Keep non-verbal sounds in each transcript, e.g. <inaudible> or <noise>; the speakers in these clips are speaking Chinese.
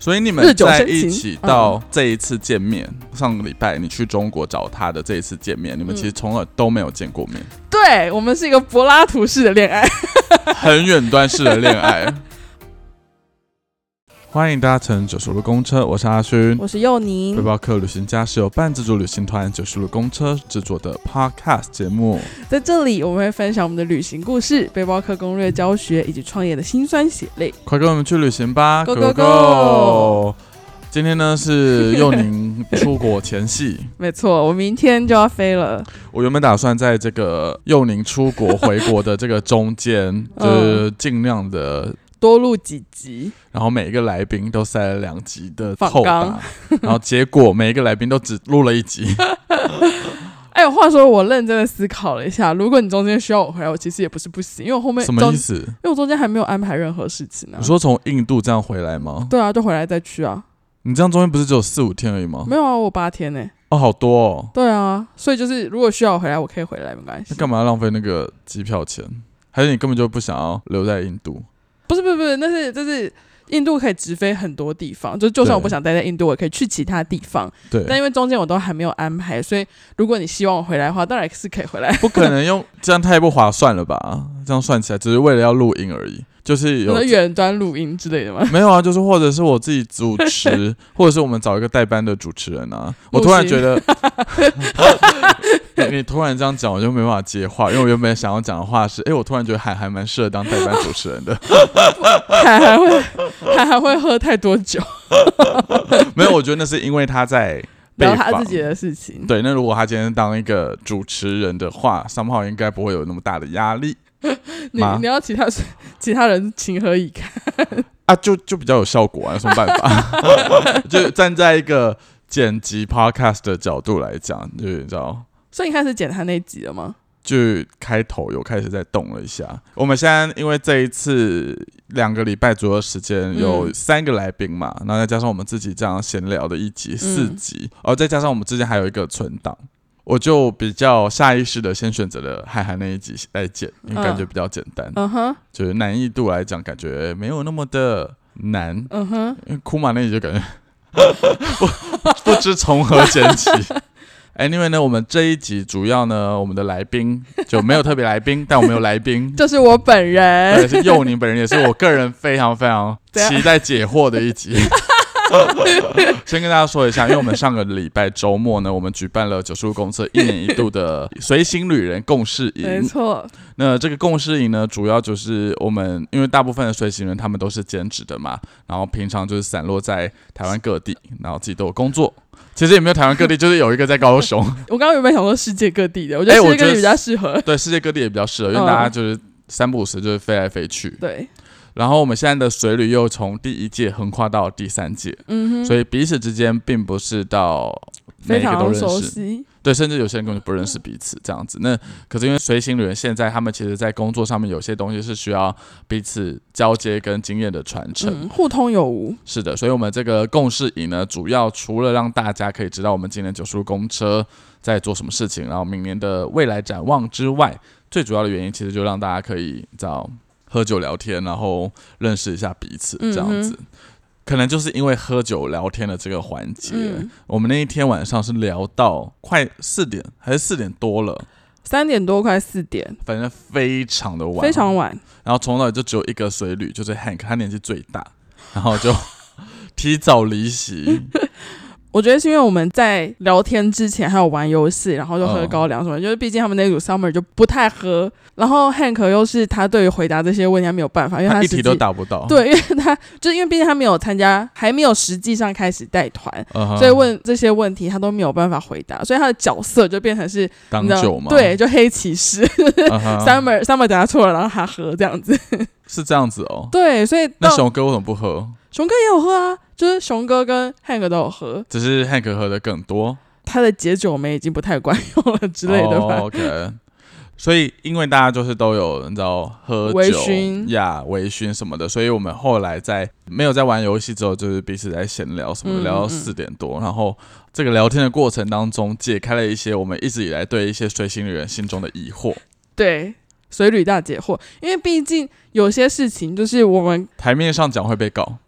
所以你们日久在生一情起到这一次见面，上个礼拜你去中国找他的这一次见面，你们其实从来都没有见过面，对我们是一个柏拉图式的恋爱。很远端式的恋爱。 <laughs> 欢迎搭乘九十路公车，我是阿勋。 <laughs> 我是佑宁背，包客旅行家是由半自助旅行团九十路公车制作的 Podcast 节 <laughs> 目。在这里我们会分享我们的旅行故事、背包客攻略教学以及创业的辛酸血泪。快跟我们去旅行吧 Go, go go, go！今天呢是佑宁出国前戏，没错，我明天就要飞了。我原本打算在这个佑宁出国回国的这个中间， <laughs> 嗯就是尽量的，多录几集，然后每一个来宾都塞了两集的放扣打刚，然后结果每一个来宾都只录了一 <laughs> 集，哎，话说我认真的思考了一下，如果你中间需要我回来，我其实也不是不行，因为我后面什中，么意因思？为我中间还没有安排任何事情呢、你说从印度这样回来吗？对啊，就回来再去啊，你这样中间不是只有四五天而已吗？没有啊，我八天呢、哦，好多哦，对啊，所以就是如果需要我回来，我可以回来，没关系那。干嘛浪费那个机票钱？还是你根本就不想要留在印度？不是不是不是，那是这是印度可以直飞很多地方，就就算我不想待在印度，我也可以去其他地方。对，但因为中间我都还没有安排，所以如果你希望我回来的话，当然是可以回来。不可能用这样太不划算了吧？这样算起来只是为了要录音而已，就是 <laughs> 有有远端录音之类的 <laughs> 吗？没有啊？就是或者是我自己主 <laughs> 持，或者是我们找一个代班的主持人啊。我突然觉 <laughs> 得，你你 <laughs> 突然这样讲，我就没办法接话，因为我原本想要讲的话是，哎、我突然觉得韩寒蛮适合当代班主持人的。 <laughs> 还还会还还会喝太多酒，没有，我觉得那是因为他在被聊他访自己的 <laughs> 事情。对，那如果他今天当一个主持人的话，三炮应该不会有那么大的压力你吗你要其他其他人情何以堪？啊，就就比较有效果啊，有什么办法？ <laughs> 就站在一个剪辑 podcast 的角度来讲，就是你知道，所以你开始剪他那集了吗？就开头有开始在动了一下。我们现在因为这一次两个礼拜左右的时间，有嗯三个来宾嘛，然后再加上我们自己这样闲聊的一集、四嗯集，然后再加上我们之间还有一个存档。我就比较下意识的先选择了海涵那一集来剪，因为感觉嗯比较简单，嗯哼，就是难易度来讲，感觉没有那么的难。嗯哼。因为库玛那里就感觉不 <laughs> 不知从何捡起。Anyway 呢，我们这一集主要呢，我们的来宾就没有特别来宾， <laughs> 但我们有来宾，就是我本对，人，是佑宁本人，也是我个人非常非常怎样期待解惑的一集。 <laughs> 先跟大家说一下，因为我们上个礼拜周末呢，我们举办了九十五公车一年一度的随行旅人共事没营，错，那这个共事营呢，主要就是我们因为大部分的随行人他们都是兼职的嘛，然后平常就是散落在台湾各地，然后自己都有工作。其实也没有台湾各地，就是有一个在高雄，我刚刚原本想说世界各地的，我觉得哎世我界各觉得地比较适合。对，世界各地也比较适合，因为嗯大家就是三不五时就是飞来飞去。对，然后我们现在的随旅又从第一届横跨到第三届，嗯哼，所以彼此之间并不是到每非一个都常认熟识，悉。对，甚至有些人根本就不认嗯识彼此这样子。那可是因为随行旅人现在他们其实，在工作上面有些东西是需要彼此交接跟经验的传承。嗯，互通有无。是的，所以我们这个共事营呢，主要除了让大家可以知道我们今年九十路公车在做什么事情，然后明年的未来展望之外，最主要的原因其实就让大家可以你知道喝酒聊天，然后认识一下彼此这样嗯子。可能就是因为喝酒聊天的这个环节，嗯，我们那一天晚上是聊到快四点还是四点多了，三点多快四点，反正非常的晚，非常。晚。然后从头到尾就只有一个随旅，就是 Hank，他年纪最大，然后就 <laughs> 提早离 <laughs> 席。我觉得是因为我们在聊天之前还有玩游戏，然后就喝嗯高粱什么的，就是毕竟他们那组 summer 就不太喝。然后 Hank 又是他对于回答这些问题他没有办法，因为他一实际题都答不到。，对，因为他就是因为毕竟他没有参加，还没有实际上开始带团，嗯哼、所以问这些问题他都没有办法回答，所以他的角色就变成是挡你知道酒嘛，对，就黑骑士、 <laughs> 嗯哼 summer summer 答错了，然后他喝这样子，是这样子哦。对，所以那到熊哥为什么不喝？熊哥也有喝啊，就是熊哥跟汉哥都有喝，只是 Hank 喝的更多他的解酒酶已经不太管用了之类的吧。哦 OK。所以，因为大家就是都有你知道喝微酒醺呀、微醺什么的，所以我们后来在没有在玩游戏之后，就是彼此在闲聊什么的，嗯聊到嗯四点多。然后这个聊天的过程当中，解开了一些我们一直以来对一些随行旅人心中的疑惑。对，随旅大解惑，因为毕竟有些事情就是我们 <laughs> 台面上讲会被告，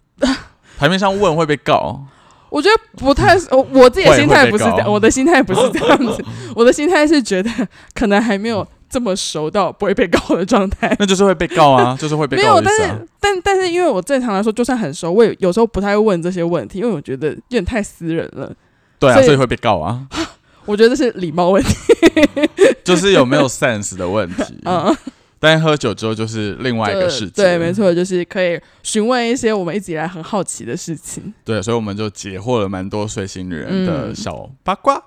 台面上问会被告，我觉得不太是，我我自己的心态不是这嗯会会被样，告我的心态不是这样 <laughs> 子，我的心态是觉得可能还没有这么熟到不会被告的状态。那就是会被告 <laughs> 啊，就是 <laughs> 会被没告有，的但意思、啊是。但但是，因为我正常来说，就算很熟，我也有时候不太会问这些问题，因为我觉得有点太私人了。对啊，所以所以会被告 <laughs> 啊，我觉得这是礼貌问题。就是有没有 sense 的问题。 <laughs> 嗯，但喝酒之后就是另外一个世界，对，没。错，就是可以询问一些我们一直以来很好奇的事情， <laughs> 对，所以我们就解惑了蛮多碎心女人的嗯小八卦。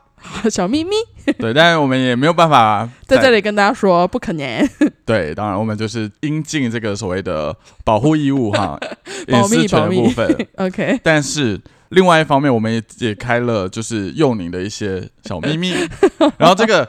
小秘密对，但是我们也没有办法在这里跟大家说，不可能。对，当然我们就是应尽这个所谓的保护义务哈，隐 <laughs> 保密私权的保密部分。 <laughs> OK，但是另外一方面，我们也解开了就是幼宁的一些小秘密。 <laughs> 然后这个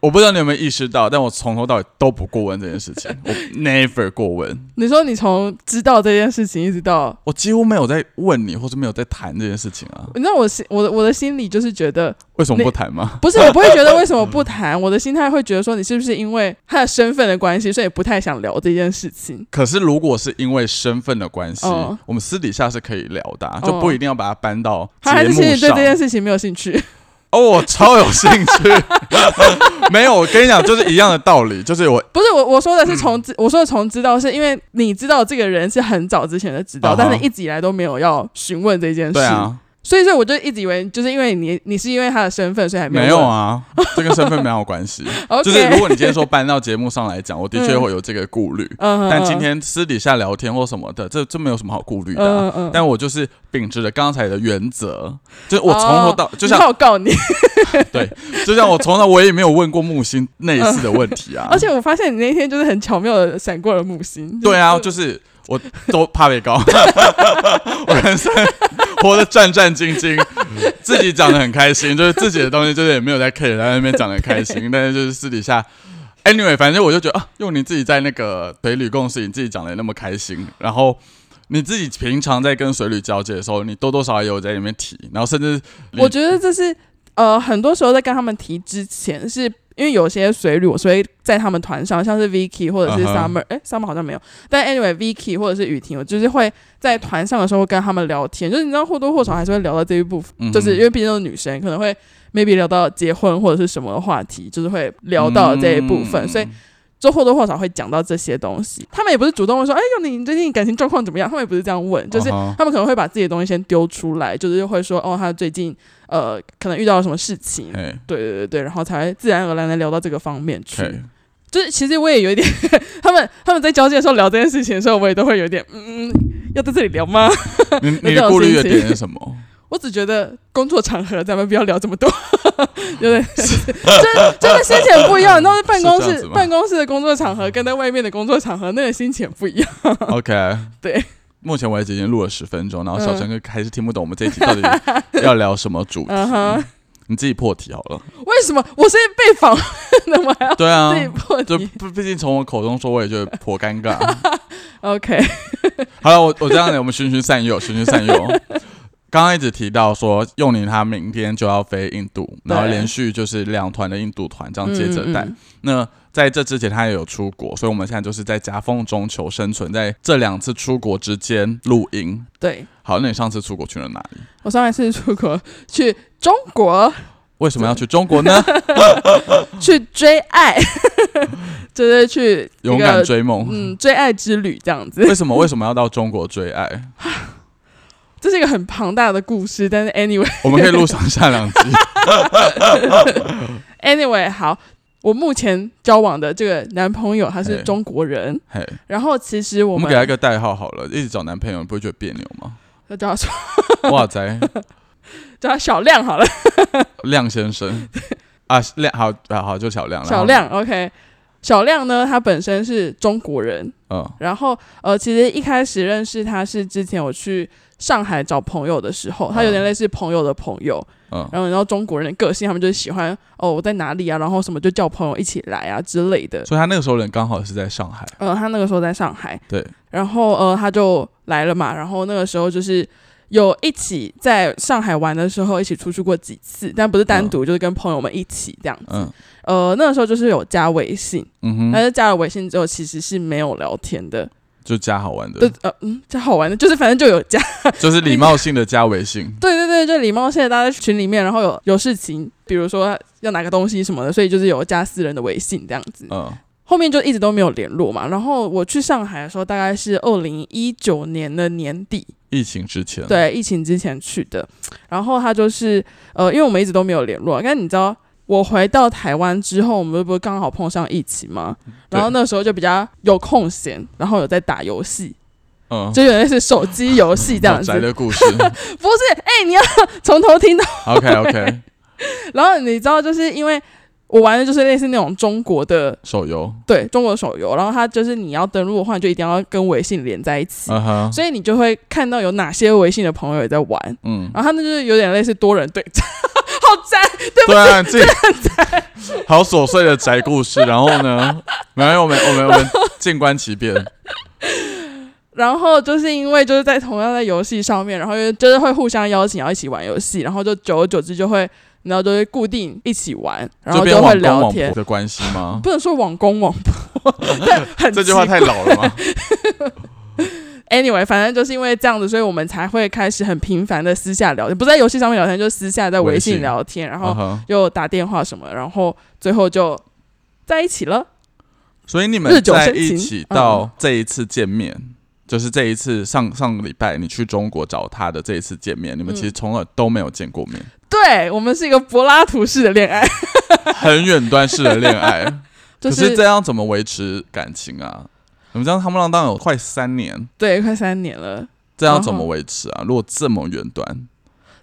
我不知道你有没有意识到，但我从头到尾都不过问这件事情，我 never 过问，你说你从知道这件事情一直到，我几乎没有在问你，或是没有在谈这件事情啊。你知道我心我的我的心里就是觉得，为什么不谈吗？不是我不会觉得为什么不谈，我的心态会觉得说你是不是因为他的身份的关系，所以不太想聊这件 <laughs> 事情。可是如果是因为身份的关系，哦我们私底下是可以聊的啊、就不一定要把它搬到节他还是目心里对上这。件事情没有 <laughs> 兴趣。哦，我超有兴趣。 <laughs> 没有，我跟你讲，就是一样的道理，就是我不是我我说的是从知、我说的从知道是因为你知道这个人是很早之前的知道 <laughs> 啊哈但是一直以来都没有要询问这件事，对啊，所以说我就一直以为就是因为你你是因为他的身份所以还没有有问啊，这跟身份没有关系。 <laughs> ，OK，就是如果你今天说搬到节目上来讲，我的确会有这个顾虑。嗯，但今天私底下聊天或什么的，这这没有什么好顾虑的啊、嗯嗯，但我就是秉持着刚才的原则，就是我从头哦到，就像报告你， <laughs> 就像我从头我也没有问过木星类似的问题啊。 <laughs> 而且我发现你那天就是很巧妙的闪过了木星， <laughs> 对啊，就是我都怕被告， <laughs> 我人生活得战战兢兢，嗯自己讲的很开心，就是自己的东西就是也没有在 care，在那边讲的开 <laughs> 心，但是就是私底下。Anyway，反正我就觉得啊，用你自己在那个北旅共事，你自己讲的那么开心，然后你自己平常在跟水旅交接的时候，你多多少少也有在里面提，然后甚至我觉得这是呃，很多时候在跟他们提之前是。因为有些随旅，所以在他们团上，像是 Vicky 或者是嗯哼 Summer，哎、s u m m e r 好像没有，但 anyway，Vicky 或者是雨婷，我就是会在团上的时候会跟他们聊天，就是你知道或多或少还是会聊到这一部分，嗯哼就是因为毕竟都是女生，可能会 maybe 聊到结婚或者是什么话题，就是会聊到这一部分，嗯所以就或多或少会讲到这些东西。他们也不是主动问说，哎、呦，你最近感情状况怎么样？他们也不是这样问，就是啊哈他们可能会把自己的东西先丢出来，就是会说，哦，他最近呃可能遇到了什么事情，嘿对对对对，然后才会自然而然的聊到这个方面去。 <laughs> 嘿就是其实我也有一点， <laughs> 他们他们在交接的时候聊这件事情的时候，我也都会有一点，嗯，要在这里聊吗？你你那的种顾虑心的情点是什么？我只觉得工作场合咱们不要聊这 <laughs> 么多，有点真真的心情不 <laughs> 一样。那办公是这样室子吗办公室的工作场合跟在外面的工作场合那个心情不一样。 <laughs> OK，对。目前为止已经录了十分钟，然后嗯小陈哥还是听不懂我们这一集到底要聊什么 <laughs> 主题。嗯哼，你自己破题好了。为什么我是被访问的，我还要对啊自，己破就题不毕竟从我口中说，我也觉得颇尴尬。 ？OK， <laughs> 好了，我我这样子，我们循循善诱，循循善诱。 <laughs> 刚刚一直提到说，用宁他明天就要飞印度，然后对连续就是两团的印度团这样接着带。嗯嗯嗯那在这之前，他也有出国，所以我们现在就是在夹缝中求生存，在这两次出国之间录音。对好，那你上次出国去了哪里？我上一次出国去中国为什么要去中国呢？ <laughs> 去追爱， <laughs> 就是去一勇个敢追梦。嗯追爱之旅这样子。为什么为什么要到中国追爱？这是一个很庞大的故事，但是 anyway 我们可以录上下两集。 anyway 好。我目前交往的这个男朋友他是嘿中国人，嘿，然后其实 <laughs> 我我们们给他一个代号好了，一直找男朋友，你不会觉得别扭 <laughs> 吗？就呃叫他说哇塞，叫他小亮好了，亮先生啊，亮好啊好就小亮，然后小，亮 OK。小亮呢，他本身是中国人，嗯然后呃，其实一开始认识他是之前我去上海找朋友的时候，他啊有点类似朋友的朋友，嗯然后你知道中国人的个性，他们就是喜欢哦我在哪里啊，然后什么就叫朋友一起来啊之类的。所以他那个时候人刚好是在上海，呃，他那个时候在上海，对，然后呃他就来了嘛，然后那个时候就是有一起在上海玩的时候一起出去过几次，但不是单独，就是跟朋友们一起这样子。嗯呃，那个时候就是有加微信，嗯但哼，是加了微信之后其实是没有聊天的，就加好玩对的，，呃，嗯，这好玩的，就是反正就有加，就是礼貌性的加微信。对对对，就礼貌性的大家在群里面，然后有有事情，比如说要拿个东西什么的，所以就是有加私人的微信这样子。嗯后面就一直都没有联络嘛。然后我去上海的时候，大概是二零一九年的年底，疫情之前，，对，疫情之前去的。然后他就是呃，因为我们一直都没有联络，但你知道。我回到台湾之后，我们不是刚好碰上疫情嘛，嗯然后那时候就比较有空闲，然后有在打游戏，嗯，就有点是手机游戏这样好 <laughs> 子宅。的故 <laughs> 事。不是，哎、你要从头听到。 OK OK，然后你知道，就是因为我玩的就是类似那种中国的，手 <laughs> 游，对中国的手游，然后它就是你要登录的话，你就一定要跟微信连在一起，嗯哼，所以你就会看到有哪些微信的朋友也在玩，嗯，然后他们就是有点类似多人对战，好赞， <laughs> 对啊，你自己好琐碎的宅故事。然后呢，没有，我们我们我们静观其变。然后就是因为就是在同样在游戏上面，然后就是会互相邀请要一起玩游戏，然后就久而久之就会，然后就会固定一起玩，然就后变就网会公聊网天婆。的关系 <laughs> 吗？不能说网公网婆， <laughs> 但很这句话奇怪太老了吗？ Anyway，反正就是因为这样子，所以我们才会开始很频繁的私下聊天，不在游戏上面聊天，就私下在微微信信聊天， <laughs> 然嗯后哼，又打电话什么，然后最后就在一起了。所以你日们久在生一情起嗯到这一次见面，就是这一次上上个礼拜你去中国找他的这一次见面，你们嗯其实从来都没有见过面，对我们是一个柏拉图式的恋爱，很远端式的恋爱。 <laughs> 就可是是这样怎么维持感情啊？你们这样他们浪荡有快三年，对，快三年了。这样然怎么后维持啊？如果这么远端，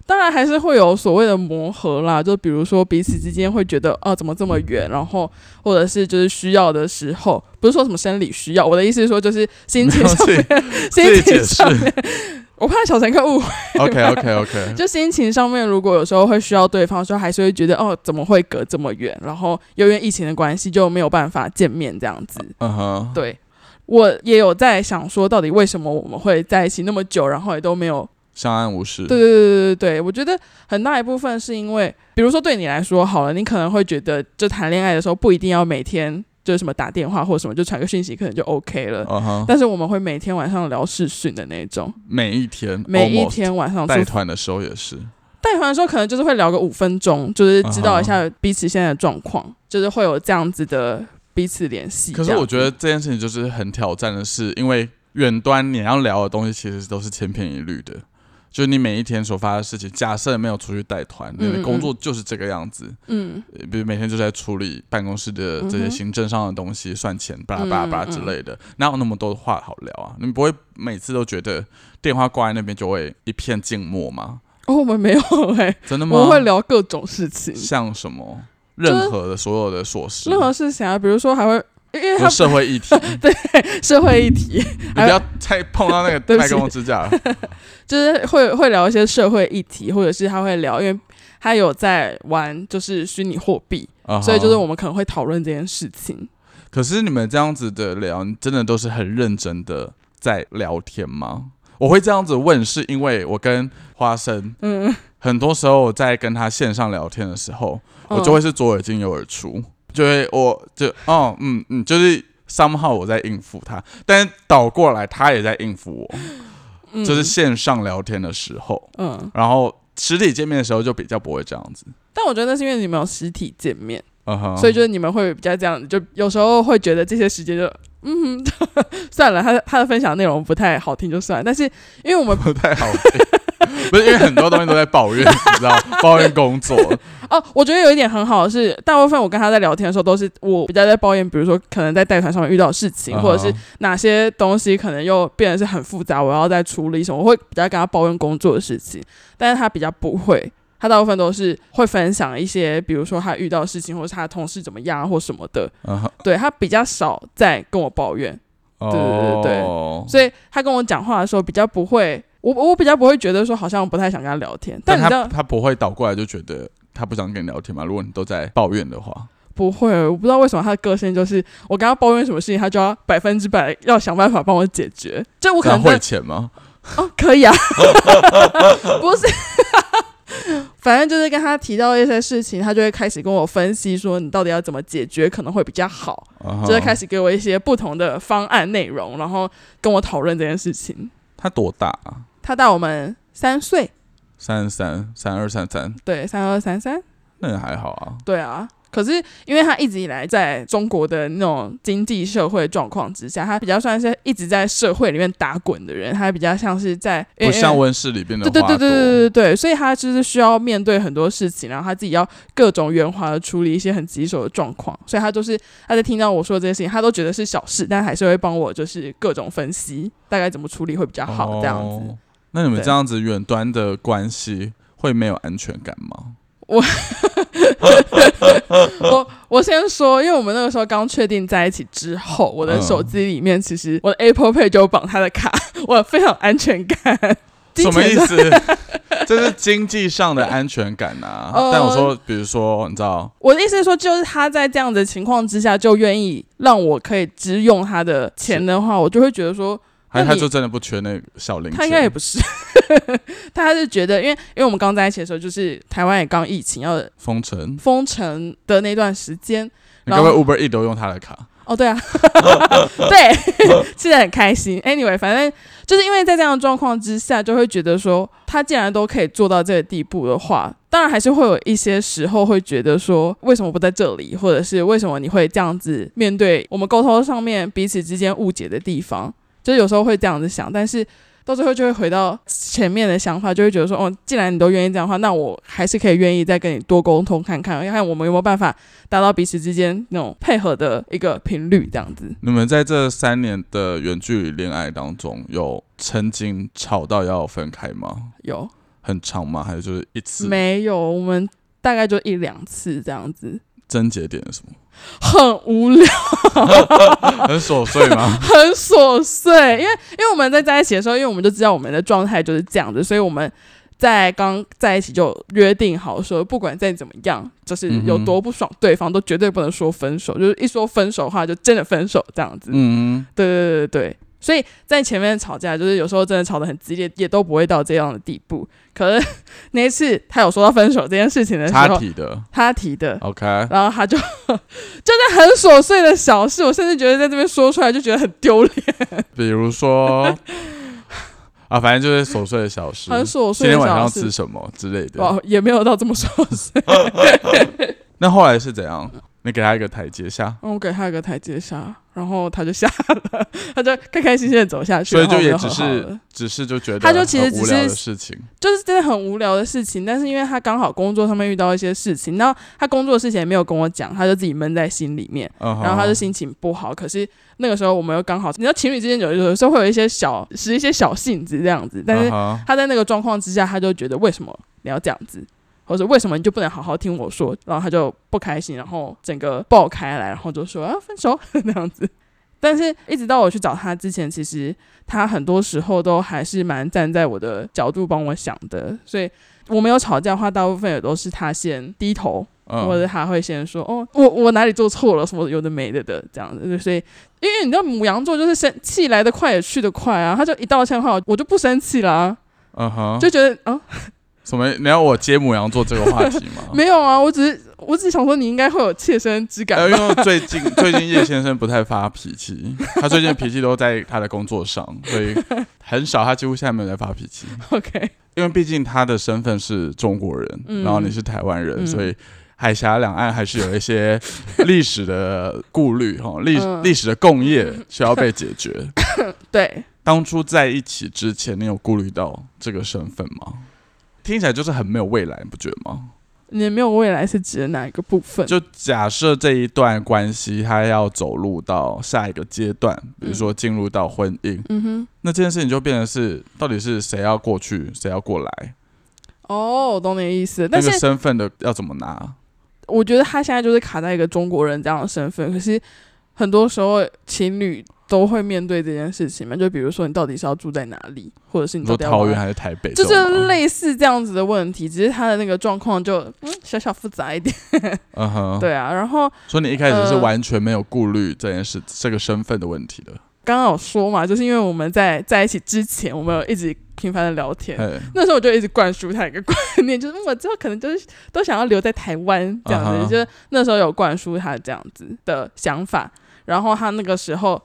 当然还是会有所谓的磨合啦，就比如说彼此之间会觉得哦、怎么这么远，然后或者是就是需要的时候，不是说什么生理需要，我的意思是说就是心情上面， <laughs> 自心己解情释上。面，我怕小乘客误 <laughs> OK OK OK，就心情上面，如果有时候会需要对方的时候，还是会觉得哦，怎么会隔这么远？然后由于疫情的关系，就没有办法见面这样子。嗯哼，对我也有在想说，到底为什么我们会在一起那么久，然后也都没有？相安无事。对对对对对对，我觉得很大一部分是因为，比如说对你来说好了，你可能会觉得，就谈恋爱的时候不一定要每天就是什么打电话或什么，就传个讯息可能就 OK 了。嗯哼，但是我们会每天晚上聊视讯的那种，每一天，每一 almost 天晚上带除团的时候也是，带团的时候可能就是会聊个五分钟，就是知道嗯一下彼此现在的状况就是会有这样子的彼此联系。可是这样我觉得这件事情就是很挑战的是，因为远端你要聊的东西其实都是千篇一律的，就是你每一天所发生的事情。假设没有出去带团，你嗯的嗯工作就是这个样子，嗯，呃比如每天就在处理办公室的这些嗯哼行政上的东西、算钱、巴拉巴拉巴拉嗯嗯之类的，哪有那么多话好聊啊？你不会每次都觉得电话挂在那边就会一片静默吗？哦，我们没有哎、真的我吗？们会聊各种事情，像什么是任何的所有的琐事，任何事情啊，比如说还会因为或他社会议 <laughs> 题，你社会议题， <laughs> 不要再碰到那个对不麦起克风支架了。 <laughs> 就是会会聊一些社会议题，或者是他会聊，因为他有在玩就是虚拟货币，啊哈所以就是我们可能会讨论这件事情。可是你们这样子的聊，你真的都是很认真的在聊天吗？我会这样子问，是因为我跟花生，嗯，很多时候我在跟他线上聊天的时候，嗯我就会是左耳进右耳出，就会我就哦嗯嗯，就是三号我在应付他，但是倒过来他也在应付我，嗯就是线上聊天的时候，嗯，然后实体见面的时候就比较不会这样子，但我觉得那是因为你们有实体见面。嗯哼，所以就是你们会比较这样，就有时候会觉得这些时间就，嗯， <laughs> 算了，他他的分享内容不太好听就算了，但是因为我们 <laughs> 不太好听。不是因为很多东西都在抱怨，你知道，抱怨工 <laughs> 作，哦，我觉得有一点很好的是，大部分我跟他在聊天的时候都是我比较在抱怨，比如说可能在带团上面遇到的事情，或者啊是哪些东西可能又变得是很复杂，我要再处理什么，我会比较跟他抱怨工作的事情，但是他比较不会。他大部分都是会分享一些，比如说他遇到的事情，或是他的同事怎么样，或什么的。嗯哼，对他比较少在跟我抱怨，对对对哦所以他跟我讲话的时候比较不会，我我比较不会觉得说好像不太想跟他聊天，但但你知道他他不会倒过来就觉得他不想跟你聊天嘛？如果你都在抱怨的话，不会，我不知道为什么他的个性就是我跟他抱怨什么事情，他就要百分之百要想办法帮我解决，这我可那能哦会真 <laughs> 钱吗？哦可以啊，不是。 <laughs> 反正就是跟他提到一些事情，他就会开始跟我分析说你到底要怎么解决可能会比较好，就会开始。始给我一些不同的方案内容，然后跟我讨论这件事情。他多大啊？他大我们三岁，三三三二三三，对，三二三三，那也还好啊。对啊。可是因为他一直以来在中国的那种经济社会状况之下，他比较算是一直在社会里面打滚的人，他比较像是在不像因为温室里边的对花对朵。对对对对对对，所以他就是需要面对很多事情，然后他自己要各种圆滑的处理一些很棘手的状况，所以他就是他在听到我说这些事情，他都觉得是小事，但还是会帮我就是各种分析大概怎么处理会比较好这样子。哦那你们对这样子远端的关系会没有安全感吗？ <laughs> 我我先说，因为我们那个时候刚确定在一起之后，我的嗯手机里面其实我的 Apple Pay 就有绑他的卡， <laughs> 我非常有安全感。什么意金钱思？这是经济上的安全感啊。 <laughs> 呃但我说，比如说，你知道，我的意思是说，就是他在这样的情况之下，就愿意让我可以只用他的钱的话，我就会觉得说，还是那他你就真的不缺那个小零钱。他应该也不是， <laughs> 他还是觉得，因为因为我们刚在一起的时候，就是台湾也刚疫情要封城，封城的那段时间，你然该后不会 Uber E 都用他的卡？哦，对啊，对， <laughs> 现在很开心。Anyway，反正就是因为在这样的状况之下，就会觉得说，他既然都可以做到这个地步的话，当然还是会有一些时候会觉得说，为什么不在这里，或者是为什么你会这样子面对我们沟通上面彼此之间误解的地方，就是有时候会这样子想，但是。到最后就会回到前面的想法，就会觉得说，哦，既然你都愿意这样的话，那我还是可以愿意再跟你多沟通看看，看我们有没有办法达到彼此之间那种配合的一个频率，这样子。你们在这三年的远距离恋爱当中，有曾经吵到要分开吗？有很长吗？还是就是一次？没有？我们大概就一两次这样子，症结点是什么？很无聊， <laughs> 很琐碎吗？很琐碎。因为因为我们在在一起的时候，因为我们就知道我们的状态就是这样子，所以我们。在刚在一起就约定好说，不管再怎么样，就是有多不爽对方，都绝对不能说分手。就是一说分手的话，就真的分手这样子。嗯，对对对对对，所以在前面吵架，就是有时候真的吵得很激烈，也都不会到这样的地步。可是那一次他有说到分手这件事情的时插候，嗯体的。他提的， OK，然后他就就是很琐碎的小事，我甚至觉得在这边说出来就觉得很丢脸，比如 <laughs> 说啊，反正就是琐碎的小事。很琐今碎的天晚上小要事吃。什么之类的。哇，也没有到这么琐碎。那后来是怎样？你给他一个台阶下，我给他一个台阶下，然后他就下 <laughs> 了，他就开开心心的走下去，所以就然后我也们只和好了是只是就觉得他就其实只是很无聊的事情，就是真的很无聊的事情，但是因为他刚好工作上面遇到一些事情，然后他工作的事情也没有跟我讲，他就自己闷在心里面，然然后他就心情不好。可是那个时候我们又刚好， <laughs> 你知道情侣之间有有时候会有一些小使一些小性子这样嗯子，但是他在那个状况之下，他就觉得为什么你要这样子，或者为什么你就不能好好听我说，然后他就不开心，然后整个爆开来，然后就说啊分手 <laughs> 那样子。但是，一直到我去找他之前，其实他很多时候都还是蛮站在我的角度帮我想的，所以我没有吵架的话，大部分也都是他先低头，嗯或者他会先说哦，我我哪里做错了，什么有的没的的这样子，所以因为你知道母羊座就是生气来得快也去得快啊，他就一道歉的话，我就不生气啦、嗯哼，就觉得啊、？什么？你要我接母羊座这个话题吗 <laughs> 没有啊，我只是我只是想说你应该会有切身之感呃，吧。因为最近最近叶先生不太发脾气，他最近脾气都在他的工作 <laughs> 上，所以很少，他几乎现在没有在发脾气。 <laughs> OK，因为毕竟他的身份是中国人，嗯然后你是台湾人，嗯所以海峡两岸还是有一些历史的顾虑哈，历嗯历史的共业需要被解决。对，当初在一起之前，你有顾虑到这个身份吗？听起来就是很没有未来，你不觉得吗？你没有未来是指的哪一个部分？就假设这一段关系，他要走入到下一个阶段，比如说进入到婚姻，嗯哼，那这件事情就变成是到底是谁要过去，谁要过来，哦，我懂你的意思。那但个是身份的要怎么拿？我觉得他现在就是卡在一个中国人这样的身份，可是很多时候情侣都会面对这件事情嘛。就比如说你到底是要住在哪里，或者是你你说到底要桃园玩，还是台北这就种吗？是类似这样子的问题，只是他的那个状况就嗯小小复杂一点。嗯哼，对啊，然后所以你一开始是呃完全没有顾虑这件事、这个身份的问题的。刚刚有说嘛，就是因为我们在在一起之前，我们有一直频繁的聊天。嘿那时候我就一直灌输他一个观念，就是我之后可能就是都想要留在台湾这样子啊哈就是那时候有灌输他这样子的想法，然后他那个时候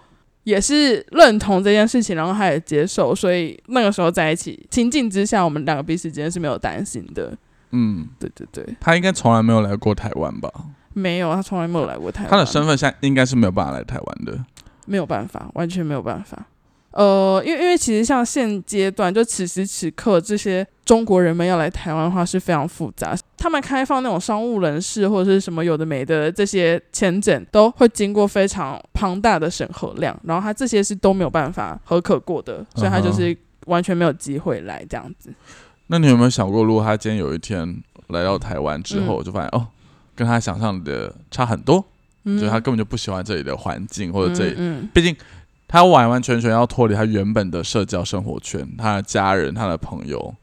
也是认同这件事情，然后他也接受，所以那个时候在一起情境之下，我们两个彼此之间是没有担心的。嗯，对对对，他应该从来没有来过台湾吧？没有，他从来没有来过台湾，他的身份现在应该是没有办法来台湾的。没有办法，完全没有办法。呃，因为因为其实像现阶段，就此时此刻，这些中国人们要来台湾的话是非常复杂。他们开放那种商务人士或者是什么有的没的这些签证，都会经过非常庞大的审核量，然后他这些是都没有办法合可过的，嗯所以他就是完全没有机会来这样子。那你有没有想过，如果他今天有一天来到台湾之后，就发现哦，跟他想象的差很多，嗯，就是他根本就不喜欢这里的环境或者这里，嗯毕竟他完完全全要脱离他原本的社交生活圈，他的家人、他的朋友，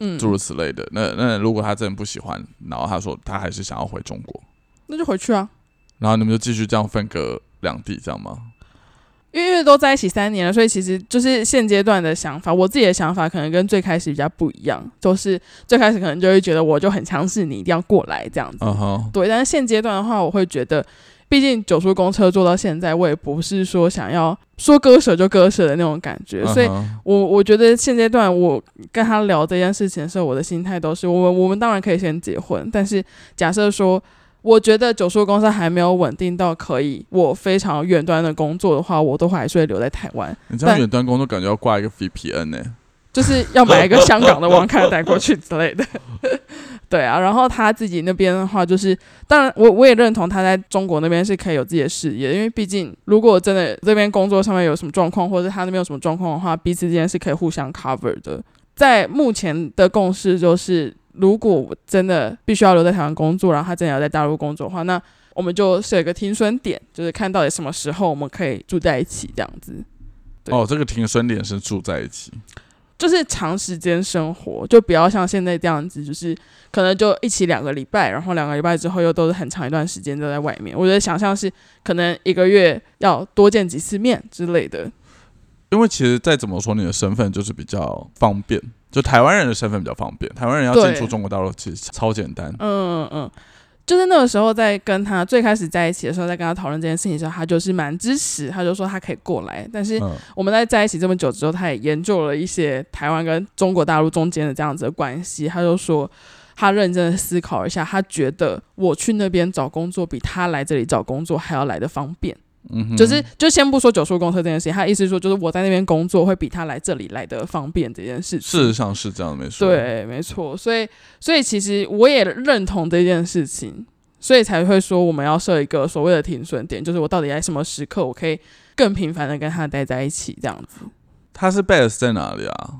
嗯，诸嗯如此类的。那那如果他真的不喜欢，然后他说他还是想要回中国，那就回去啊。然后你们就继续这样分隔两地，这样吗？因为因为都在一起三年了，所以其实就是现阶段的想法，我自己的想法可能跟最开始比较不一样，就是最开始可能就会觉得我就很强势，你一定要过来这样子。嗯哼，对，但是现阶段的话，我会觉得，毕竟九叔公车坐到现在，我也不是说想要说割舍就割舍的那种感觉，所以嗯哼我我觉得现阶段我跟他聊这件事情的时候，我的心态都是，我们我们当然可以先结婚，但是假设说，我觉得九叔公司还没有稳定到可以我非常远端的工作的话，我都还是会留在台湾，你这样但远端工作感觉要挂一个 VPN 呢、就是要买一个香港的网卡带过去之类的。对啊，然后他自己那边的话，就是当然我我也认同他在中国那边是可以有自己的事业，因为毕竟如果真的这边工作上面有什么状况，或者是他那边有什么状况的话，彼此之间是可以互相 cover 的。在目前的共识就是，如果我真的必须要留在台湾工作，然后他真的要在大陆工作的话，那我们就设一个停损点，就是看到底什么时候我们可以住在一起这样子。对哦，这个停损点是住在一起，就是长时间生活，就不要像现在这样子，就是可能就一起两个礼拜，然后两个礼拜之后又都是很长一段时间都在外面。我觉得想象是可能一个月要多见几次面之类的。因为其实再怎么说，你的身份就是比较方便，就台湾人的身份比较方便，台湾人要进对出中国大陆其实超简单。嗯嗯嗯，就是那个时候在跟他最开始在一起的时候，在跟他讨论这件事情的时候，他就是蛮支持，他就说他可以过来。但是嗯，我们在在一起这么久之后，他也研究了一些台湾跟中国大陆中间的这样子的关系，他就说。他认真的思考一下，他觉得我去那边找工作比他来这里找工作还要来的方便，嗯哼就是就先不说九叔公车这件事情，他意思是说就是我在那边工作会比他来这里来的方便这件事情。事实上是这样的，没错。，对，没错。所以，所以其实我也认同这件事情，所以才会说我们要设一个所谓的停损点，就是我到底在什么时刻我可以更频繁的跟他待在一起这样子。他是 base 在哪里啊？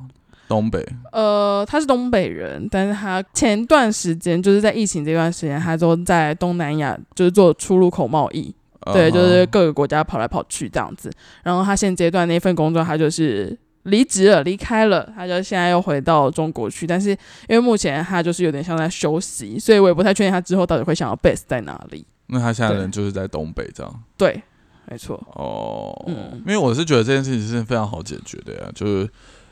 东北。呃，他是东北人，但是他前段时间就是在疫情这段时间，他都在东南亚就是做出入口贸易，对，嗯哼就是各个国家跑来跑去这样子。然后他现阶段那份工作，他就是离职了，离开了，他就现在又回到中国去。但是因为目前他就是有点像在休息，所以我也不太确定他之后到底会想要 base 在哪里。那他现在对人就是在东北这样。对，没错，哦，嗯因为我是觉得这件事情是非常好解决的呀，就是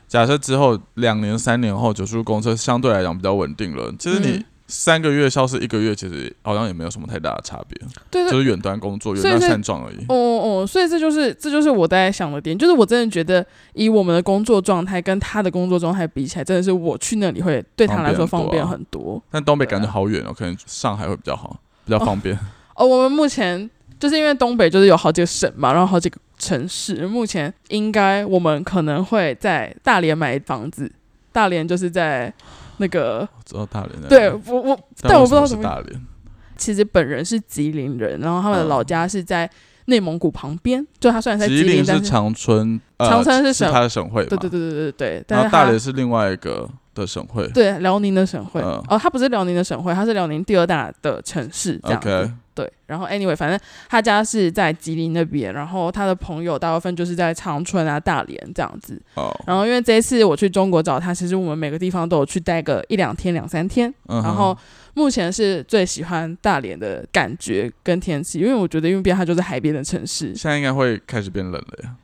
假设之后两年、三年后，九叔公车相对来讲比较稳定了，其实你嗯三个月消失一个月，其实好像也没有什么太大的差别，对对就是远端工作、远所以端这善状而已。哦哦，哦，所以这就是这就是我在想的点，就是我真的觉得以我们的工作状态跟他的工作状态比起来，真的是我去那里会对他来说方方便便很很多。但东北对啊感觉好远哦，可能上海会比较好，比较方便。 <laughs> 哦，我们目前就是因为东北就是有好几个省嘛，然后好几个城市，目前应该我们可能会在大连买房子，大连就是在那个我知道大连在哪里，对我我，啊为但我不知道什么是怎么，大连。其实本人是吉林人，然后他们的嗯老家是在内蒙古旁边，就他虽然在吉林但是长春，呃长春是是省它的省会嘛？对对对对对对，但然是后大他连是另外一个的省会。对辽宁的省会，嗯哦，它不是辽宁的省会，它是辽宁第二大的城市，这样子。 OK，对，然后 anyway，反正他家是在吉林那边，然后他的朋友大部分就是在长春啊、大连这样子。哦，然后因为这一次我去中国找他，其实我们每个地方都有去待个一两天、两三天。然然后目前是最喜欢大连的感觉跟天气，因为我觉得因为毕竟它就是海边的城市，现在应该会开始变冷了呀。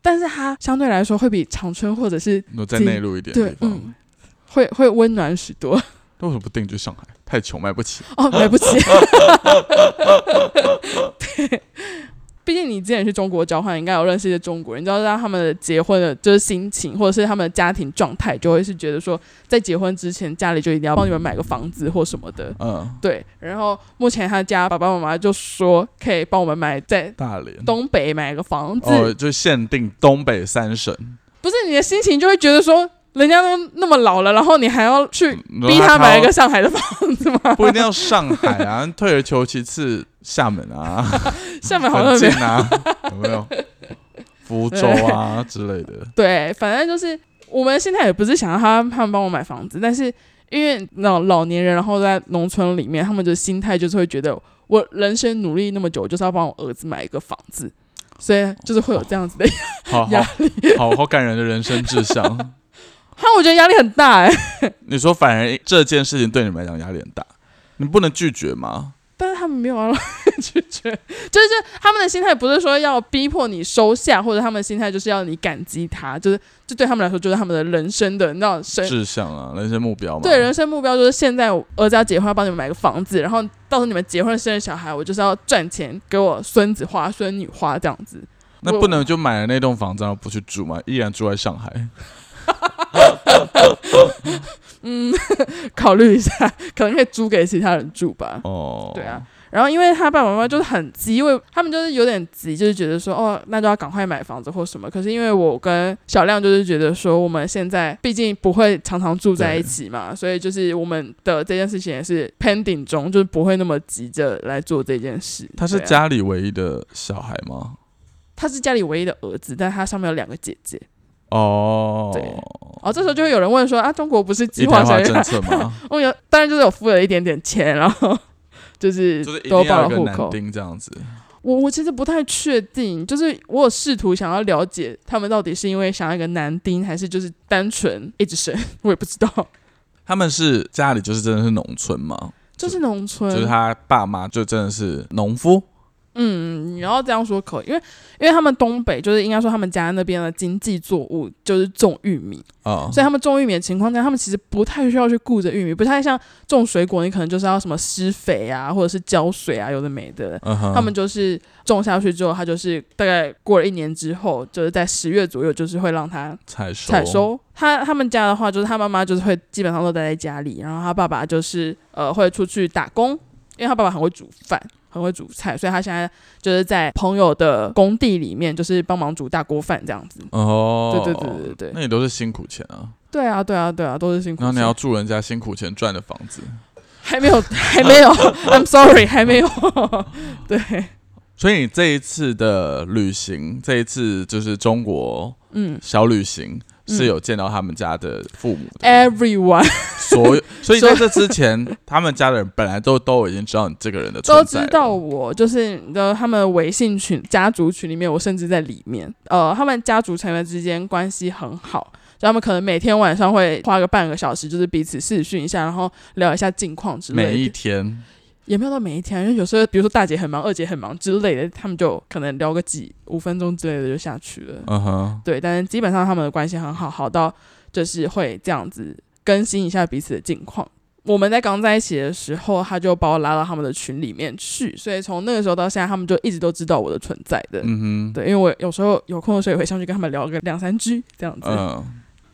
但是它相对来说会比长春或者是那在内陆一点的对地，方，嗯，会会温暖许多。那为什么不定居上海？太穷，买不起。哦，买不起。 <laughs> 对，毕竟你之前去中国交换，应该有认识一些中国人，你知道让他们的结婚的就是心情，或者是他们的家庭状态，就会是觉得说，在结婚之前家里就一定要帮你们买个房子或什么的。嗯，对，然后目前他家爸爸妈妈就说可以帮我们买在大连东北买个房子，哦，就限定东北三省，不是你的心情就会觉得说，人家都那么老了，然后你还要去嗯 <laughs> 逼他买一个上海的房子吗？ <laughs> <laughs> 不一定要上海啊，退而求其次，厦门啊，厦门好像很没近有。啊，有没有？福州啊之类的，对，反正就是我们现在也不是想让他他们帮我买房子，但是因为老老年人，然后在农村里面，他们的心态就是会觉得，我人生努力那么久，就是要帮我儿子买一个房子，所以就是会有这样子的。 <laughs> 好好压好好感人的人生志向。哈，我觉得压力很大哎、你说，反而这件事情对你们来讲压力很大，你不能拒绝吗？但是他们没有要拒绝，就是他们的心态不是说要逼迫你收下，或者他们的心态就是要你感激他，就是这对他们来说就是他们的人生的那种生志向啊，人生目标嘛。对，人生目标就是现在我儿子要结婚，要帮你们买个房子，然后到时候你们结婚生了小孩，哎我就是要赚钱给我孙子花、孙女花这样子。那我不能就买了那栋房子，然后不去住嘛，依然住在上海。嗯 <laughs> 考虑一下，可能可以租给其他人住吧。哦， <laughs> 对啊，然后因为他爸爸妈妈就是很急，因为他们就是有点急，就是觉得说哦，那就要赶快买房子或什么。可是因为我跟小亮就是觉得说，我们现在毕竟不会常常住在一起嘛，所以就是我们的这件事情也是 pending 中，就是不会那么急着来做这件事。他是对啊家里唯一的小孩吗？他是家里唯一的儿子，但他上面有两个姐姐。哦，对哦，这时候就会有人问说啊，中国不是一计划胎化生育政？策 <laughs> 吗？我有，当然就是有付了一点点钱，然后就 <laughs> 是就是一都定要报有一了个户男口。丁这样子。我我其实不太确定，就是我有试图想要了解他们到底是因为想要一个男丁，还是就是单纯一直生，我也不知 <laughs> 道。他们是家里就是真的是农村嘛，就是农村，就是他爸妈就真的是农夫。嗯，你要这样说可以，因为因为他们东北就是应该说他们家那边的经济作物就是种玉米，啊，所以他们种玉米的情况下，他们其实不太需要去顾着玉米，不太像种水果，你可能就是要什么施肥啊，或者是浇水啊，有的没的。嗯哼，他们就是种下去之后，它就是大概过了一年之后，就是在十月左右，就是会让它采收采收。他他们家的话，就是他妈妈就是会基本上都待在家里，然后他爸爸就是呃会出去打工，因为他爸爸很会煮饭，很会煮菜，所以他现在就是在朋友的工地里面，就是帮忙煮大锅饭这样子。哦，对对对对对那也都是辛苦钱啊。对啊，对啊，对啊，都是辛苦然后钱。你要住人家辛苦钱赚的房子，还 <laughs> 没有，还没有啊，I'm sorry，还没有。对，所以你这一次的旅行，这一次就是中国嗯小旅行。嗯是有见到他们家的父母的， ，everyone <laughs> 所 <laughs> 有，所以所在这之前，他们家的人本来都都已经知道你这个人的都存在知了道我，就是你知道他们微信群、家族群里面，我甚至在里面。呃，他们家族成员之间关系很好，就他们可能每天晚上会花个半个小时，就是彼此视讯一下，然后聊一下近况之类的。每一天，也没有到每一天，因为有时候比如说大姐很忙、二姐很忙之类的，他们就可能聊个几五分钟之类的就下去了。嗯哼，对，但是基本上他们的关系很好，好到就是会这样子更新一下彼此的近况。我们在刚在一起的时候，他就把我拉到他们的群里面去，所以从那个时候到现在，他们就一直都知道我的存在的。嗯哼，对，因为我有时候有空的时候也会上去跟他们聊个两三句这样子。嗯，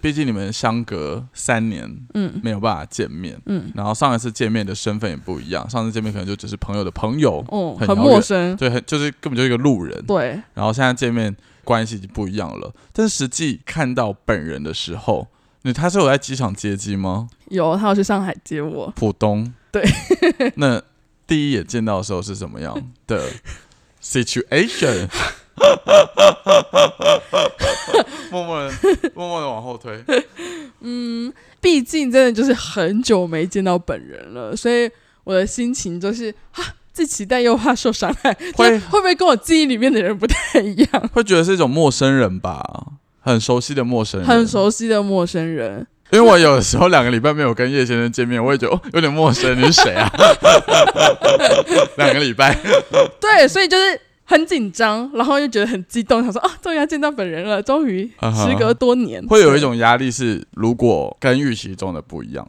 毕竟你们相隔三年嗯没有办法见面，嗯，然后上一次见面的身份也不一样，上次见面可能就只是朋友的朋友，哦、很很遥陌远生。对，很就是根本就是一个路人。对，然后现在见面关系已经不一样了，但实际看到本人的时候，你他是有在机场接机吗？有他要去上海接我，浦东对， <laughs> 那第一眼见到的时候是什么样的 situation？默默的默默的往后推，嗯毕竟真的就是很久没见到本人了，所以我的心情就是啊，既期待又怕受伤害， <laughs> 就是会会不会跟我记忆里面的人不太一样？会觉得是一种陌生人吧，很熟悉的陌生人，很熟悉的陌生人，因为我有的时候两个礼拜没有跟叶先生见面，我也觉得、哦、有点陌生。你是谁啊？两个礼拜，对，所以就是很紧张，然后又觉得很激动，想说啊，终于要见到本人了，终于啊哈时隔多年，会有一种压力是，如果跟预期中的不一样，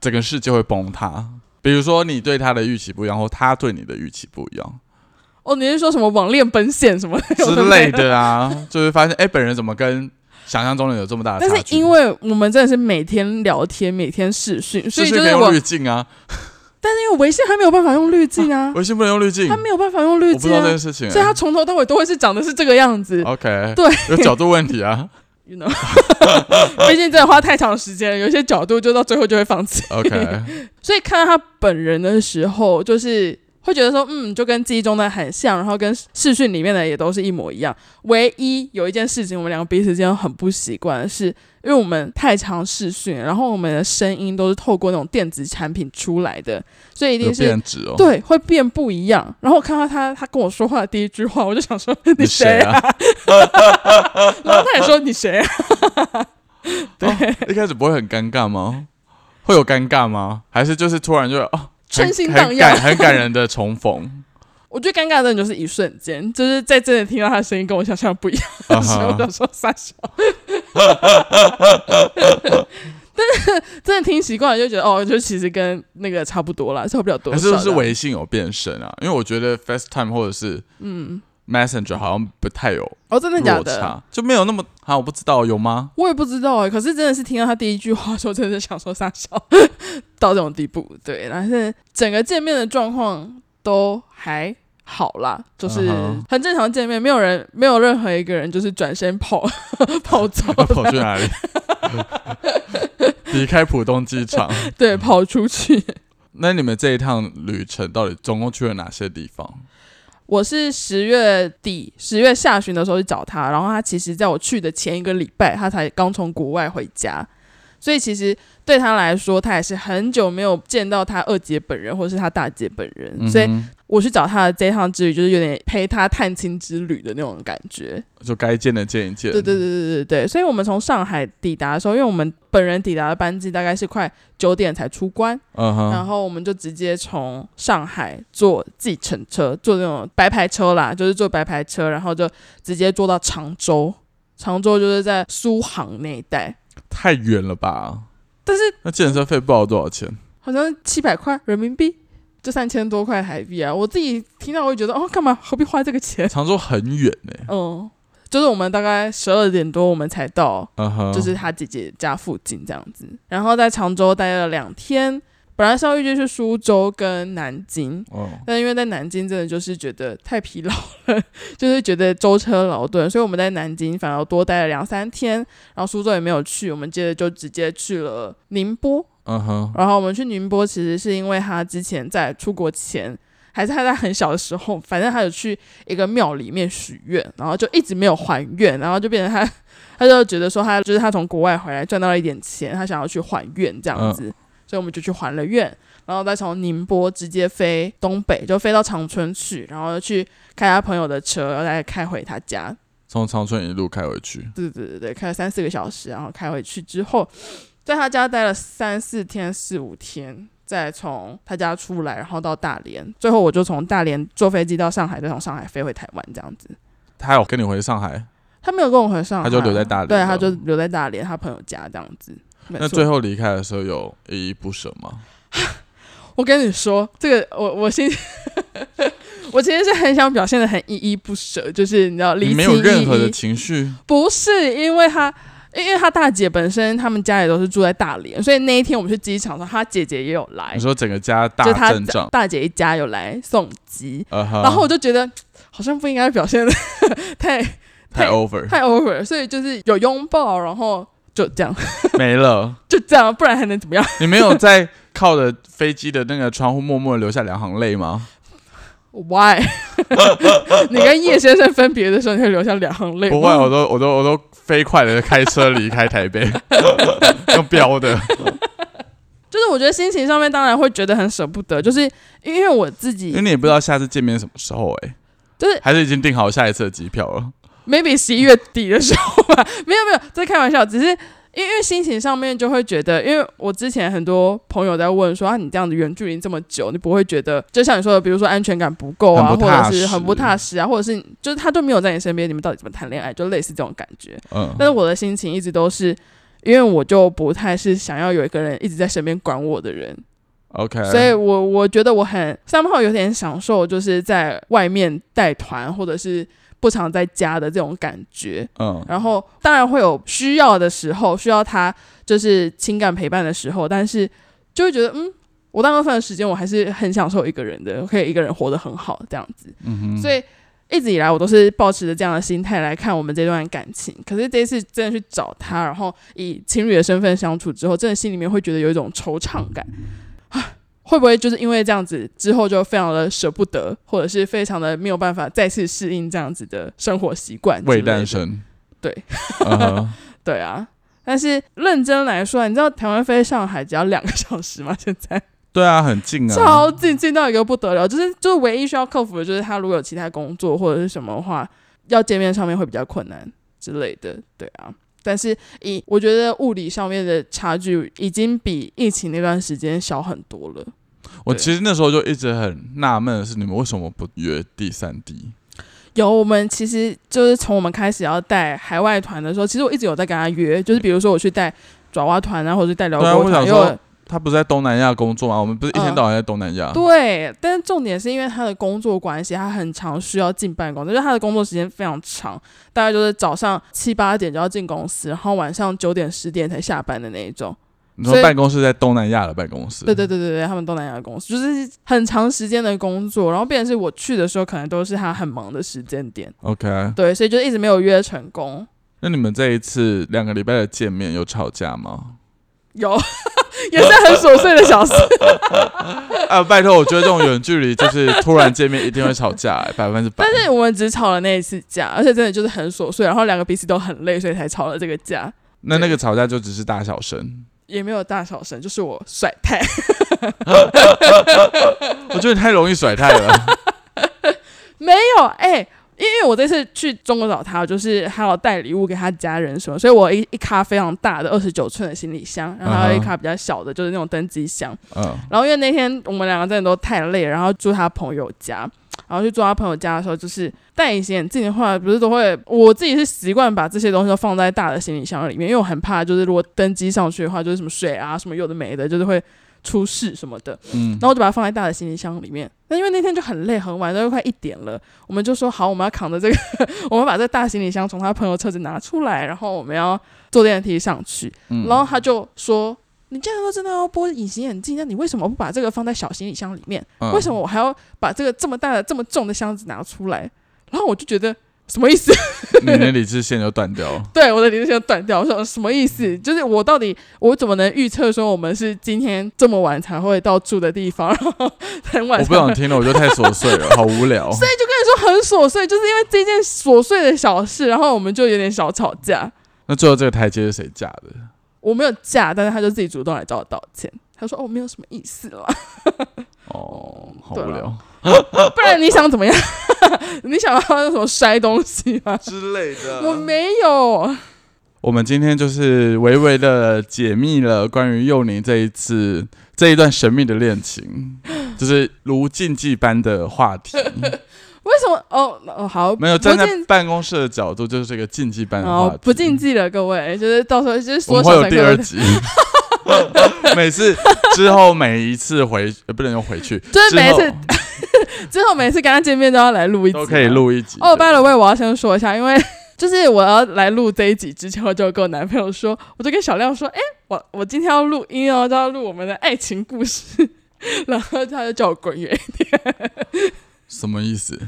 整个世界会崩塌。比如说你对他的预期不一样，或他对你的预期不一样哦，你是说什么网恋奔现什么 <laughs> 之类？的啊，就会发现哎、诶本人怎么跟想象中的有这么大的但差是距？因为我们真的是每天聊天，每天视讯，所以是就可以是我用，滤镜啊，但是因为微信还没有办法用滤镜啊，微信不能用滤镜，他没有办法用滤我不镜知道啊这，件事情、哎所以他从头到尾都会是长得是这个样子。哦 OK，对，有角度问题啊。 <laughs> You know，毕竟真的花太长时间了，有一些角度就到最后就会 <laughs> 放弃。 <laughs> OK，所以看到他本人的时候，就是会觉得说，嗯，就跟记忆中的很像，然后跟视讯里面的也都是一模一样。唯一有一件事情，我们两个彼此之间很不习惯的是，因为我们太常视讯，然后我们的声音都是透过那种电子产品出来的，所以一有定是。变质哦。对，会变不一样。然后我看到他，他跟我说话的第一句话，我就想说 <laughs> 你你谁谁啊？啊？ <laughs> 然后他也说你谁啊？对， <laughs> 一开始不会很尴尬吗？会有尴尬吗？还是就是突然就哦，春很心很荡感漾。很感人的重 <laughs> 逢。我最尴尬的真的就是一瞬间，就是在真的听到他的声音跟我想象的不一样啊的时候，我哈想说 <laughs> 傻笑。但是真的听习惯了，就觉得哦，就其实跟那个差不多啦，差不了多还少是这不样。是微信有变身啊？因为我觉得 FaceTime 或者是嗯 Messenger 好像不太有哦，真的假落的？差，就没有那么啊，我不知道有吗？我也不知道哎、可是真的是听到他第一句话的时候，真的是想说傻笑 <laughs> 到这种地步。对，但是整个见面的状况都还好啦，就是嗯哼，很正常见面，没有人没有任何一个人就是转身跑 <laughs> 跑走跑去哪里？ <laughs> 离开浦东机 <laughs> 场。 <laughs> 对，跑出去。那你们这一趟旅程到底总共去了哪些地方？我是十月底、十月下旬的时候去找他，然后他其实在我去的前一个礼拜，他才刚从国外回家，所以其实对他来说，他也是很久没有见到他二姐本人或是他大姐本人，所以嗯我去找他的这一趟之旅，就是有点陪他探亲之旅的那种感觉。哼就该见的见一见。对对对对对对，所以我们从上海抵达的时候，因为我们本人抵达的班机大概是快九点才出关，嗯然哼，后我们就直接从上海坐计程车，坐那种白牌车啦，就是坐白牌车，然后就直接坐到常州。常州就是在苏杭那一带，太远了吧？但是那健身费不知道多少钱？好像七百块人民币，就三千多块台币啊！我自己听到我会觉得，哦，干嘛何必花这个钱？常州很远呢、嗯，就是我们大概十二点多我们才到嗯哼，就是他姐姐家附近这样子。然后在常州待了两天，本来是要预计去苏州跟南京，哦，但因为在南京真的就是觉得太疲劳了， <laughs> 就是觉得舟车劳顿，所以我们在南京反而多待了两三天。然后苏州也没有去，我们接着就直接去了宁波。嗯哼，然后我们去宁波，其实是因为他之前在出国前，还是他在很小的时候，反正他有去一个庙里面许愿，然后就一直没有还愿，然后就变成他， <laughs> 他就觉得说他就是他从国外回来赚到了一点钱，他想要去还愿这样子，所以我们就去还了愿，然后再从宁波直接飞东北，就飞到长春去，然后去开他朋友的车，然后再开回他家从长春一路开回去。对对对对，开了三四个小时，然后开回去之后，在他家待了三四天、四五天，再从他家出来，然后到大连，最后我就从大连坐飞机到上海，再从上海飞回台湾，这样子。他有跟你回上海，他没有跟我回上海他啊，就留在大连对，了哦他就留在大连他朋友家这样子。没那错最后离开的时候有依依不舍吗？我跟你说，这个我我心， <laughs> 我其实是很想表现的很依依不舍，就是你知道，离你没情有依任何依的情绪，不是因为他，因为他大姐本身他们家也都是住在大连，所以那一天我们去机场的时候，他姐姐也有来你，说整个家嗯大就他阵仗，大姐一家有来送机，呃哈，然后我就觉得好像不应该表现的 <laughs> 太太 over 太 over，所以就是有拥抱，然后就这样 <laughs> 没了，就这样，不然还能怎么样？ <laughs> 你没有在靠着飞机的那个窗户默默地流下两行泪吗？ Why？你跟叶先生分别的时候，你会流下两行泪吗。不会，我都我都我都飞快的开车离开台 <laughs> 北，用飙的，就是我觉得心情上面当然会觉得很舍不得，就是因为我自己因为你也不知道下次见面什么时候哎、就是还是已经订好下一次的机票了。 <laughs> maybe 十一月底的时候吧，没有没有，这开玩笑，只是因为因为心情上面就会觉得，因为我之前很多朋友在问说啊，你这样子远距离这么久，你不会觉得就像你说的，比如说安全感不够啊，很不或踏者是很不实踏实啊，或者是就是他就没有在你身边，你们到底怎么谈恋爱，就类似这种感觉。嗯，但是我的心情一直都是，因为我就不太是想要有一个人一直在身边管我的人， OK，所以我我觉得我很 somehow 有点享受，就是在外面带团或者是不常在家的这种感觉。嗯然后当然会有需要的时候，需要他就是情感陪伴的时候，但是就会觉得嗯。我大部分的时间我还是很享受一个人的，我可以一个人活得很好这样子。嗯哼，所以一直以来我都是抱持着这样的心态来看我们这段感情。可是这一次真的去找他，然后以情侣的身份相处之后，真的心里面会觉得有一种惆怅感。啊会不会就是因为这样子之后就非常的舍不得，或者是非常的没有办法再次适应这样子的生活习惯之类未的？诞生，对嗯哼，对啊，但是认真来说啊，你知道台湾飞上海只要两个小时吗？现在、对啊，很近啊，超近，近到一个不得了。就是就是唯一需要克服的就是他如果有其他工作或者是什么的话，要见面上面会比较困难之类的。对啊，但是以我觉得物理上面的差距已经比疫情那段时间小很多了。我对其实那时候就一直很纳闷的是，你们为什么不约第三 D？有，我们其实就是从我们开始要带海外团的时候，其实我一直有在跟他约，就是比如说我去带爪哇团啊，或者是带辽对啊国我团，想因为说我他不是在东南亚工作吗？我们不是一天嗯到晚在东南亚？对，但是重点是因为他的工作关系，他很常需要进办公室，就是他的工作时间非常长，大概就是早上七八点就要进公司，然后晚上九点十点才下班的那一种。你说所以办公室在东南亚的办公室？对对对对对，他们东南亚的公司就是很长时间的工作，然后变成是我去的时候，可能都是他很忙的时间点， OK，对，所以就一直没有约成功。那你们这一次两个礼拜的见面有吵架吗？有， <laughs> 也是很琐碎的小事。 <laughs> 啊，拜托，我觉得这种远距离就是突然见面一定会吵架、 <laughs> 欸，百分之百。但是我们只吵了那一次架，而且真的就是很琐碎，然后两个彼此都很累，所以才吵了这个架，那那个吵架就只是大小声， <laughs> 也没有大小声，就是我甩太。我觉得你太容易甩太了。 <laughs> 没有，哎、因为我这次去中国找他，我就是还有带礼物给他家人什么，所以我一一卡非常大的二十九寸的行李箱，然后还有一嗯哼卡比较小的，就是那种登机箱。嗯，然后因为那天我们两个真的都太累了，然后住他朋友家。然后去住他朋友家的时候，就是戴隐形眼镜的话，不是都会，我自己是习惯把这些东西都放在大的行李箱里面，因为我很怕，就是如果登机上去的话，就是什么水啊、什么有的没的，就是会出事什么的。嗯然，后我就把它放在大的行李箱里面。那因为那天就很累很晚，都快一点了，我们就说好，我们要扛着这个， <laughs> 我们把这个大行李箱从他朋友车子拿出来，然后我们要坐电梯上去。嗯然后他就说：“你既然都真的要播隐形眼镜，那你为什么不把这个放在小行李箱里面？嗯为什么我还要把这个这么大的、这么重的箱子拿出来？”然后我就觉得什么意思？ <laughs> 你的理智线就断掉了？对，我的理智线断掉。我说什么意思？就是我到底我怎么能预测说我们是今天这么晚才会到住的地方， <laughs> 然后很晚我才不会想听了，我觉得太琐碎 <laughs> 了，好无聊。就很琐碎，就是因为这件琐碎的小事，然后我们就有点小吵架。那最后这个台阶是谁架的？我没有架，但是他就自己主动来找我道歉。他说：“哦，没有什么意思 <laughs> 啦，哦，好对无啊聊不然你想怎么样？你想要什么摔东西 <laughs> 吗？之类的我没有。我们今天就是微微的解密了关于幼宁这一次这一段神秘的恋 <laughs> 情，就是如禁忌般的话题。 <laughs> 为什么？哦哦，好，没有嗯不站在进办公室的角度，就是这个禁忌般的话哦题。，不禁忌了，各位，就是到时候就是我们缩会小有成第各二位。集。 <laughs> 每次之后每一次回，呃不能用回去，就是每一次之后之后每次跟他见面都要来录一集，啊都可以。录一集。哦，by the way，我要先说一下，因为 <laughs> 就是我要来录这一集之前，我就跟我男朋友说，我就跟小亮说，哎、我我今天要录音哦，就要录我们的爱情故事，然后他就叫我滚远， <laughs> 什么意思？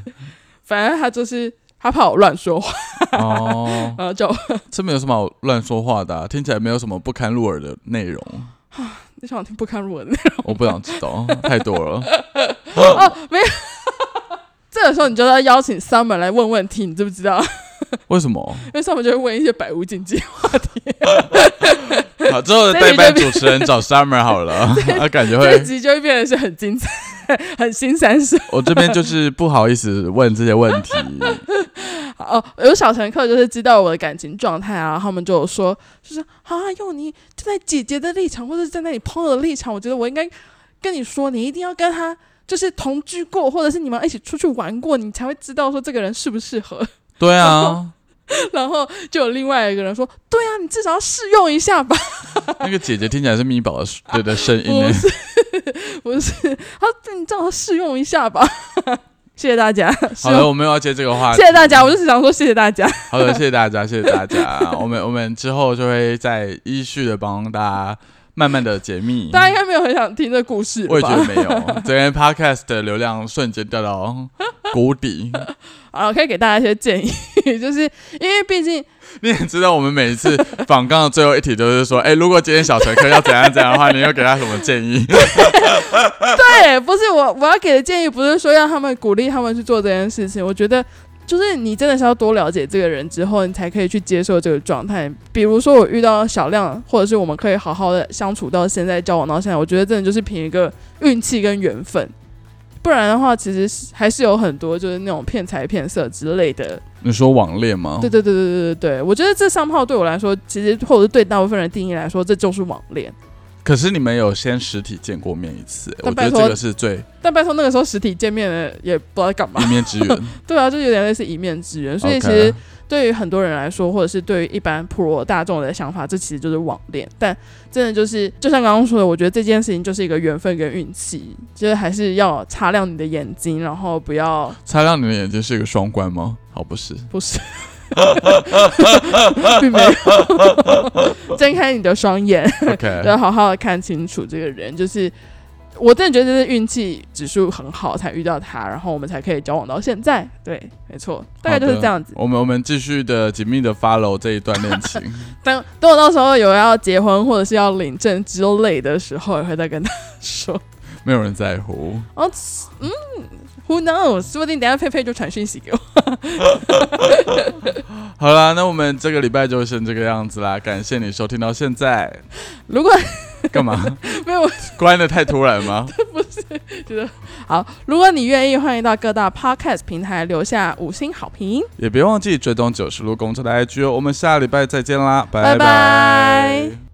反正他就是他怕我乱说话，哦， <laughs> 然后叫我这没有什么好乱说话的啊、听起来没有什么不堪入耳的内容，你想听不堪入耳的，我不想知道， <laughs> 太多了。哦 <laughs> 这个时候你就要邀请 Summer 来问问题，你知不知道？ <laughs> 为什么？因为 Summer 就会问一些百无禁忌，好，之后的代班主持人找 Summer 好 <laughs> 了，啊，感觉这会一，集就会变得是很精彩、 <laughs> 很新三色。我这边就是不好意思问这些问题。哦，有小乘客就是知道我的感情状态啊，然后他们就有说，就是啊，用你站在姐姐的立场，或者站在你朋友的立场，我觉得我应该跟你说，你一定要跟他就是同居过，或者是你们一起出去玩过，你才会知道说这个人适不适合。 <laughs> 对啊，然后就有另外一个人说，对啊，你至少要试用一下吧。那个姐姐听起来是咪宝的对的声音 <laughs> 不呢。是，不是，他说嗯你正好试用一下吧。谢谢大家，试好了，用我们要接这个话题谢。谢大家，我就是想说谢谢大家。好的，谢谢大家，谢谢大 <laughs> 家。我们我们之后就会再依序的帮大家慢慢的解密。 <laughs> 大家应该没有很想听这故事我也觉得吧？没有，整个 podcast 的流量瞬间掉到谷底。啊，可以给大家一些建议， <laughs> 就是因为毕竟你也知道，我们每次访纲的最后一题都是说，哎、如果今天小陈科要怎样怎样的话，你要给他什么建议？ <laughs> 对，不是我我要给的建议，不是说让他们鼓励他们去做这件事情。我觉得就是你真的是要多了解这个人之后，你才可以去接受这个状态。比如说我遇到小亮，或者是我们可以好好的相处到现在，交往到现在，我觉得真的就是凭一个运气跟缘分。不然的话，其实是还是有很多就是那种骗财骗色之类的你说网恋吗？对对对对对对对，我觉得这三炮对我来说，其实或者是对大部分人定义来说，这就是网恋。可是你们有先实体见过面一次、我但觉得拜托这个是最但拜托那个时候实体见面的也不知道在 <laughs> 干嘛一。面之缘。对啊，就有点类似一面之缘， <laughs> 所以其 OK 实对于很多人来说，或者是对于一般普罗大众的想法，这其实就是网恋。但真的就是，就像刚刚说的，我觉得这件事情就是一个缘分跟运气，就是还是要擦亮你的眼睛，然后不要 <laughs> 擦亮你的眼睛是一个双关吗？好，不是。不是，并没有 <laughs> 睁开你的双眼， OK，要好好的看清楚这个人，就是我真的觉得这是运气指数很好才遇到他，然后我们才可以交往到现在。对，没错，大概就是这样子。我们我们继续的紧密的 follow 这一段恋情。 <laughs> 等等我到时候有要结婚或者是要领证之类的时候，也会再跟他说。 <laughs> 没有人在乎。哦，嗯，Who knows？说不定等一下佩佩就传讯息给我。好啦，那我们这个礼拜就先这个样子啦，感谢你收听到现在。如果干嘛？ <laughs> 没有 <laughs> 关的太突然吗？觉得好，如果你愿意，欢迎到各大 podcast 平台留下五星好评。也别忘记追踪九十路公车的 IG 哦。我们下礼拜再见啦，拜拜拜